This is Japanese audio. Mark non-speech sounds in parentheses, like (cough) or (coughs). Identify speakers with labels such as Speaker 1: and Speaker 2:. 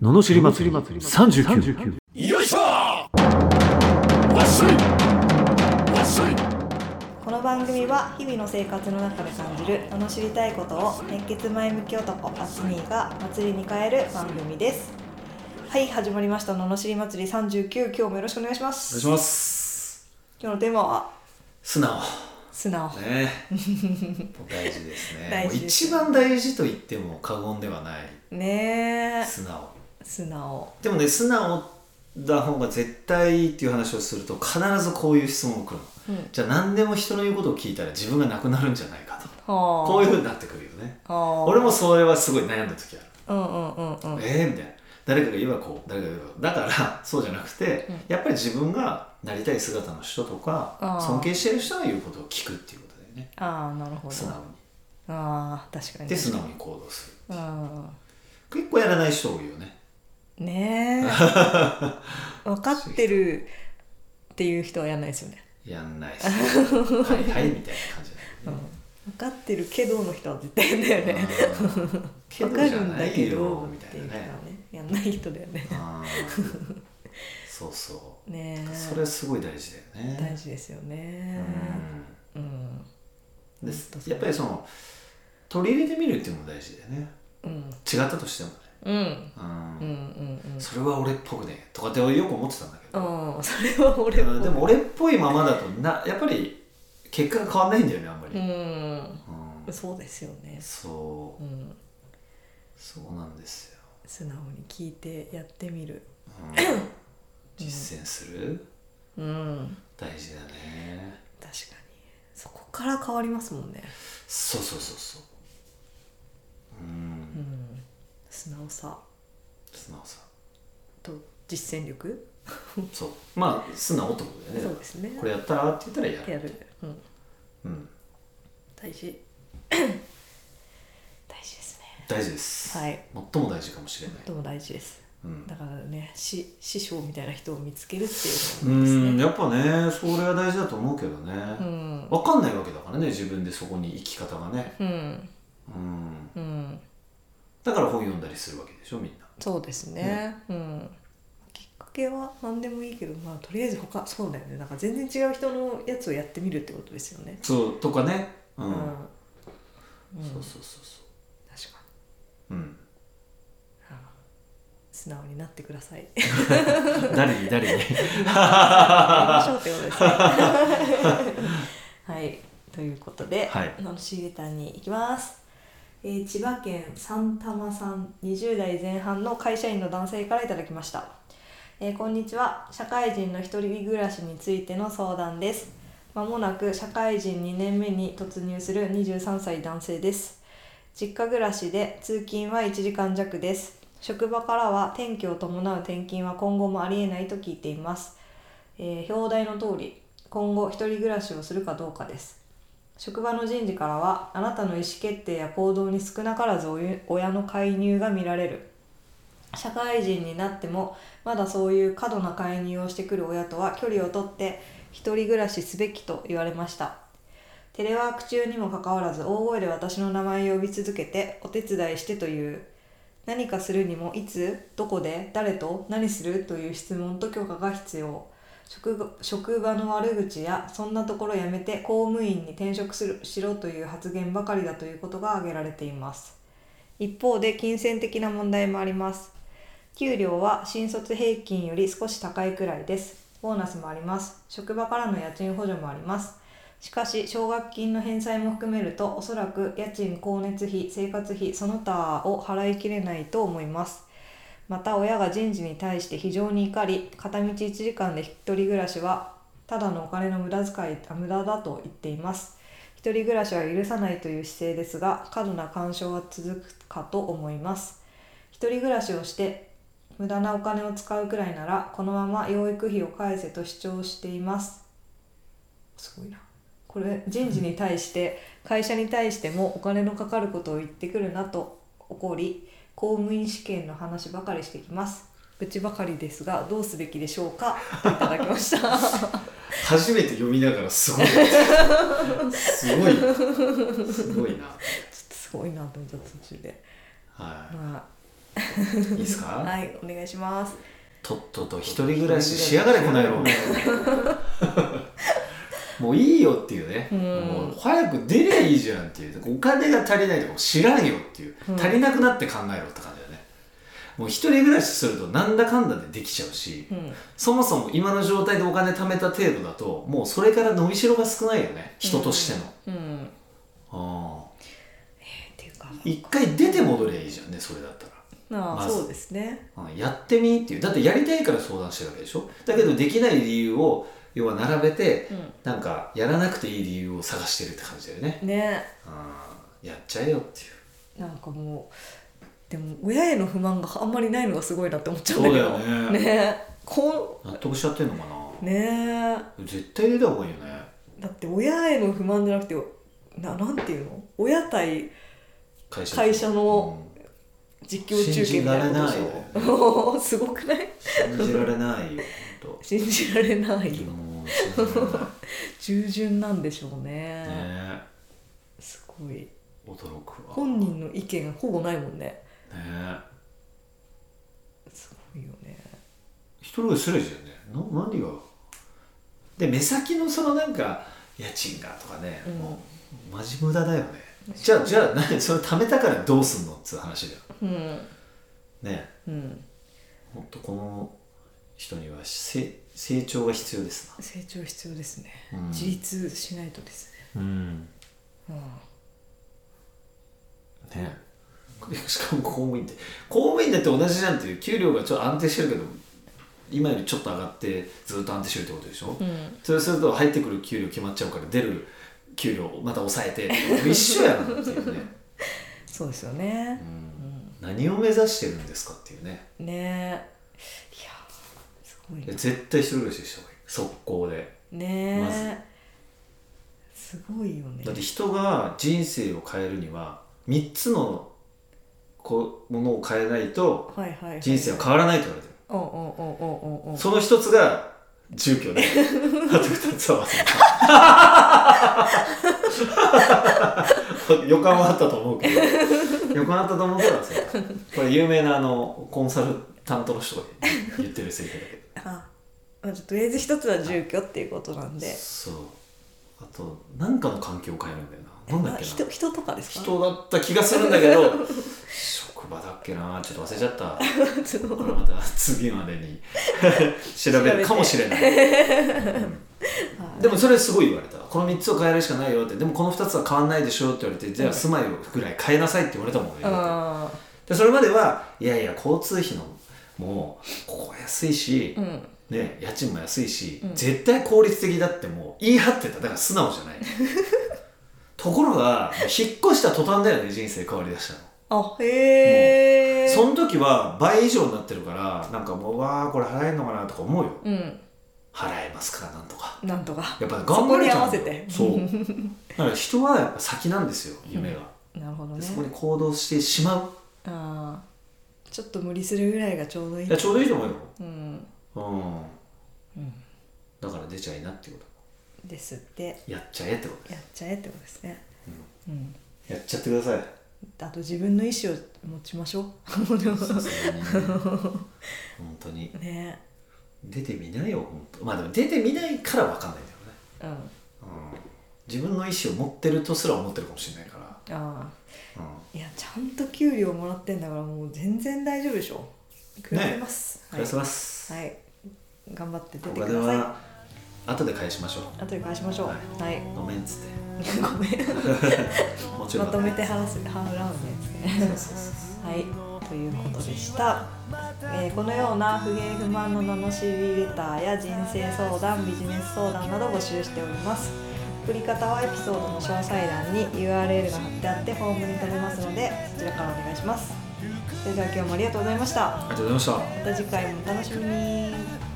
Speaker 1: ののしり祭り39
Speaker 2: よいしょわっしょいわっしょい
Speaker 3: この番組は日々の生活の中で感じる罵りたいことを熱血前向き男アスミーが祭りに変える番組ですはい始まりました罵り祭り39今日もよろしくお願いしま
Speaker 2: お願い
Speaker 3: す
Speaker 2: します
Speaker 3: 今日のテーマは
Speaker 2: 素直
Speaker 3: 素直
Speaker 2: ね大事ですね
Speaker 3: 大事
Speaker 2: もう
Speaker 3: です
Speaker 2: 一番大事と言っても過言ではない
Speaker 3: ねえ
Speaker 2: 素直
Speaker 3: 素直
Speaker 2: でもね素直な方が絶対っていう話をすると必ずこういう質問をくるの
Speaker 3: うん
Speaker 2: じゃあ何でも人の言うことを聞いたら自分がなくなるんじゃないかと
Speaker 3: はあ
Speaker 2: こういうふうになってくるよね
Speaker 3: はあ
Speaker 2: 俺もそれはすごい悩んだ時あ
Speaker 3: う
Speaker 2: る
Speaker 3: んうんうんうん
Speaker 2: えー、みたいな誰かが言えばこう誰かが言えばだからそうじゃなくて、
Speaker 3: うん
Speaker 2: やっぱり自分がなりたい姿の人と
Speaker 3: あ
Speaker 2: か
Speaker 3: ー
Speaker 2: 尊敬してる人が言うことを聞くっていうことだよね
Speaker 3: ああなるほど
Speaker 2: 素直
Speaker 3: ああ確か
Speaker 2: に
Speaker 3: に
Speaker 2: で素直に行動する
Speaker 3: うん
Speaker 2: 結構やらない人多いよね
Speaker 3: ね
Speaker 2: (laughs)
Speaker 3: え分かってるっていう人はやんないですよね、
Speaker 2: やんない
Speaker 3: (laughs)
Speaker 2: しはいはいみたいな感じ
Speaker 3: うん
Speaker 2: だよね、、
Speaker 3: 分かってるけどの人は絶対やんだよね
Speaker 2: うんけ
Speaker 3: 分
Speaker 2: ど
Speaker 3: か
Speaker 2: じゃ
Speaker 3: るん
Speaker 2: な
Speaker 3: だ
Speaker 2: い
Speaker 3: け
Speaker 2: よ
Speaker 3: ど
Speaker 2: み
Speaker 3: ったて
Speaker 2: い
Speaker 3: いう
Speaker 2: な
Speaker 3: 人は
Speaker 2: ね
Speaker 3: ねやんない人だよね
Speaker 2: あーそうそう
Speaker 3: ねえ
Speaker 2: それはすごい大事だよね
Speaker 3: 大事ですよねうん
Speaker 2: うんで
Speaker 3: 本当そう
Speaker 2: やっぱりその取り入れてみるっていうのも大事だよね
Speaker 3: うん
Speaker 2: 違ったとしてもね
Speaker 3: うん
Speaker 2: う
Speaker 3: うん
Speaker 2: ん
Speaker 3: うんうん
Speaker 2: それは俺っぽくねとかって俺よく思ってたんだけど、
Speaker 3: うんそれは俺
Speaker 2: うん
Speaker 3: も
Speaker 2: でも俺っぽいままだとなやっぱり結果が変わんないんだよねあんまり、
Speaker 3: うん
Speaker 2: うん
Speaker 3: そうですよね
Speaker 2: そう
Speaker 3: うん
Speaker 2: そうなんですよ、
Speaker 3: 素直に聞いてやってみる
Speaker 2: うん
Speaker 3: (coughs)
Speaker 2: 実践する
Speaker 3: うん
Speaker 2: 大事だね
Speaker 3: 確かにそこから変わりますもんね
Speaker 2: そうそうそうそうう
Speaker 3: うんん素直さ
Speaker 2: 素直さ
Speaker 3: と実践力
Speaker 2: そうまあ素直ってことだよ
Speaker 3: そ
Speaker 2: ね
Speaker 3: うですね
Speaker 2: これやったらって言ったらやる
Speaker 3: やるうん
Speaker 2: うん、
Speaker 3: 大事大事ですね
Speaker 2: 大事です、
Speaker 3: はい
Speaker 2: 最も大事かもしれない、
Speaker 3: とても大事です
Speaker 2: うん
Speaker 3: だからねし師匠みたいな人を見つけるっていう
Speaker 2: う
Speaker 3: のもです
Speaker 2: ん
Speaker 3: ね
Speaker 2: やっぱねそれは大事だと思うけどね、
Speaker 3: うん
Speaker 2: わかんないわけだからね自分でそこに生き方がね、
Speaker 3: うん
Speaker 2: うん、
Speaker 3: うん
Speaker 2: だから本読んだりするわけでしょみんな
Speaker 3: そうですねうんきっかけは何でもいいけどまあとりあえず他そうだよねなんか全然違う人のやつをやってみるってことですよね
Speaker 2: そうとかねうん、
Speaker 3: うんうん
Speaker 2: そう
Speaker 3: 確か
Speaker 2: そうそうそ
Speaker 3: に
Speaker 2: う、うん、
Speaker 3: あ素直になってください
Speaker 2: 誰に誰に
Speaker 3: やりましょうってことです
Speaker 2: (laughs)
Speaker 3: ね。はい、ということで、
Speaker 2: はい
Speaker 3: のしレターに行きます。えー千葉県三玉さん20代前半の会社員の男性からいただきました、えーこんにちは社会人の一人暮らしについての相談ですまもなく社会人2年目に突入する23歳男性です実家暮らしで通勤は1時間弱です職場からは転居を伴う転勤は今後もありえないと聞いています、えー表題の通り今後一人暮らしをするかどうかです職場の人事からはあなたの意思決定や行動に少なからずおゆ親の介入が見られる社会人になってもまだそういう過度な介入をしてくる親とは距離をとって一人暮らしすべきと言われましたテレワーク中にもかかわらず大声で私の名前を呼び続けてお手伝いしてという何かするにもいつどこで誰と何するという質問と許可が必要職場職場の悪口やそんなところやめて公務員に転職するしろという発言ばかりだということが挙げられています一方で金銭的な問題もあります給料は新卒平均より少し高いくらいですボーナスもあります職場からの家賃補助もありますしかし奨学金の返済も含めるとおそらく家賃光熱費生活費その他を払いきれないと思いますまた親が人事に対して非常に怒り片道1時間で一人暮らしはただのお金の無駄遣いあ無駄だと言っています一人暮らしは許さないという姿勢ですが過度な干渉は続くかと思います一人暮らしをして無駄なお金を使うくらいならこのまま養育費を返せと主張していますすごいなこれ人事に対して会社に対してもお金のかかることを言ってくるなと怒り公務員試験の話ばかりしてきます愚痴ばかりですがどうすべきでしょうかといただきま
Speaker 2: (laughs)
Speaker 3: した
Speaker 2: (laughs) 初めて読みながら
Speaker 3: (laughs)
Speaker 2: すごいすごいすごいな
Speaker 3: ちょっとすごいなと思った途中で
Speaker 2: は
Speaker 3: まあ
Speaker 2: いいですか、
Speaker 3: はい、お願いします。
Speaker 2: とっとと一人暮らししやがれこの野
Speaker 3: (laughs)
Speaker 2: 郎もういいよっていうね、
Speaker 3: うん
Speaker 2: もう早く出りゃいいじゃんっていうお金が足りないとか知らんよっていう、
Speaker 3: うん
Speaker 2: 足りなくなって考えろって感じだよねもう一人暮らしするとなんだかんだでできちゃうし
Speaker 3: うん、
Speaker 2: そもそも今の状態でお金貯めた程度だともうそれから伸びしろが少ないよね人として
Speaker 3: うん、
Speaker 2: の、
Speaker 3: っていうか、
Speaker 2: うん、一回出て戻りゃいいじゃんねそれだったら
Speaker 3: まあ
Speaker 2: まず
Speaker 3: そうですね。
Speaker 2: うんやってみっていうだってやりたいから相談してるわけでしょだけどできない理由を要は並べて
Speaker 3: う
Speaker 2: なんかやらなくていい理由を探してるって感じだよね、
Speaker 3: ん、ね、
Speaker 2: うん、やっちゃえよっていう
Speaker 3: なんかもうでも親への不満があんまりないのがすごいなって思っちゃうんだ
Speaker 2: そう
Speaker 3: け
Speaker 2: だ
Speaker 3: ど。
Speaker 2: よね
Speaker 3: ねこ
Speaker 2: 納得しちゃってんのか
Speaker 3: うね
Speaker 2: な絶対出た方がいいよね
Speaker 3: だって親への不満じゃなくてななんていうの親対
Speaker 2: 会社
Speaker 3: 会社の、実況中継みたいなことでしょ (laughs) すごくない
Speaker 2: うん信じられないよ (laughs) ほんと
Speaker 3: 信じられないよ
Speaker 2: もう信じられな
Speaker 3: 従順なんでしょうね
Speaker 2: いね
Speaker 3: すごい
Speaker 2: 驚くわ
Speaker 3: 本人の意見がほぼないもんね
Speaker 2: ね
Speaker 3: すごいよね
Speaker 2: 一人がすれじゃんねな何がで目先のそのなんか家賃がとかね、
Speaker 3: うん
Speaker 2: もうマジ無駄だよねじゃあじゃあ何それ貯めたからどうすんのっつう話だよ
Speaker 3: うん
Speaker 2: ね
Speaker 3: うん
Speaker 2: もっとこの人にはせ成長が必要です
Speaker 3: 成長必要ですね、
Speaker 2: うん
Speaker 3: 自立しないとですね
Speaker 2: なうん
Speaker 3: う
Speaker 2: ね (laughs) しかも公務員って公務員だって同じじゃんっていう給料がちょっと安定してるけど今よりちょっと上がってずっと安定してるってことでしょ、
Speaker 3: ん、
Speaker 2: そうすると入ってくる給料決まっちゃうから出る給料をまた抑えて一緒やなっていうね、
Speaker 3: そうですよね
Speaker 2: う、ん、何を目指してるんですかっていうね
Speaker 3: ねえいやすごいな
Speaker 2: 絶対一人暮らしした方がいい速攻でまず
Speaker 3: ねえすごいよね
Speaker 2: だって人が人生を変えるには3つのこうものを変えないと
Speaker 3: はいはい、はい、
Speaker 2: 人生は変わらないと言われてる
Speaker 3: おうおうおうおうおう
Speaker 2: その1つが住 (laughs) 居であと2つは (laughs) 忘れた予感はあったと思う (laughs) けど予感あったと思うけど忘れたこれ有名なあのコンサルタントの人が言ってるセリフだけど (laughs)
Speaker 3: あまあちょっととりあえず一つは住居っていうことなんで
Speaker 2: そうあと何かの環境を変えるんだよななんだっ
Speaker 3: あ
Speaker 2: け
Speaker 3: 人
Speaker 2: な
Speaker 3: 人とかですか (laughs)
Speaker 2: 人だった気がするんだけど (laughs) 職場だっけなちょっと忘れちゃった
Speaker 3: 人
Speaker 2: これまた次までに (laughs) 調べるかもしれない、うんでもそれすごい言われたこの3つを変えるしかないよってでもこの2つは変わんないでしょって言われてじゃあ住まいをぐらい変えなさいって言われたもんね、
Speaker 3: あ
Speaker 2: でそれまではいやいや交通費のもうここは安いし
Speaker 3: ー、うん
Speaker 2: ね、家賃も安いし、
Speaker 3: うん
Speaker 2: 絶対効率的だってもう言い張ってただから素直じゃないところがもう引っ越した途端だよね人生変わりだしたの
Speaker 3: あへえ
Speaker 2: その時は倍以上になってるからなんかもううわあこれ払えんのかなとか思うよ
Speaker 3: うん
Speaker 2: 払えますからなんとか
Speaker 3: なんとか
Speaker 2: やっぱ頑張れちゃうんだ
Speaker 3: そこに合わ
Speaker 2: よ
Speaker 3: せて
Speaker 2: そう
Speaker 3: (laughs)
Speaker 2: だから人はやっぱ先なんですよ夢が、
Speaker 3: なるほど
Speaker 2: で
Speaker 3: ね
Speaker 2: そこに行動してしまう
Speaker 3: あーちょっと無理するぐらいがちょうどいい
Speaker 2: いやちょうどいいと思うよ
Speaker 3: うん
Speaker 2: うん、
Speaker 3: うん
Speaker 2: だから出ちゃいなっていうこ
Speaker 3: ですって
Speaker 2: とやっちゃえってこと
Speaker 3: やっちゃえってことですねうん
Speaker 2: やっちゃってください
Speaker 3: あと自分の意思を持ちましょ
Speaker 2: (laughs)
Speaker 3: う (laughs) でも (laughs)
Speaker 2: 本当に
Speaker 3: ね
Speaker 2: 出てみなよ本当まあでも出てみないから分かんないんだよね、
Speaker 3: うんあ
Speaker 2: うん、自分の意思を持ってるとすら思ってるかもしれないから、
Speaker 3: あ
Speaker 2: うん、
Speaker 3: いやちゃんと給料もらってんだからもう全然大丈夫でしょ暮らせます、
Speaker 2: 返せます、
Speaker 3: はい、はい、頑張って出
Speaker 2: お
Speaker 3: てくだ
Speaker 2: 金
Speaker 3: さい
Speaker 2: は後で返しましょ
Speaker 3: 後で返しましょう
Speaker 2: は
Speaker 3: はい、 (laughs)
Speaker 2: うごめんっつって
Speaker 3: ごめん
Speaker 2: もちろ
Speaker 3: ま
Speaker 2: ん
Speaker 3: とめて払す払うんですね (laughs) はい、ということでした、えーこのような不平不満の罵りレターや人生相談ビジネス相談など募集しております送り方はエピソードの詳細欄に URL が貼ってあってフォームに飛べますのでそちらからお願いしますそれでは今日もありがとうございました
Speaker 2: ありがとうございました
Speaker 3: また次回もお楽しみに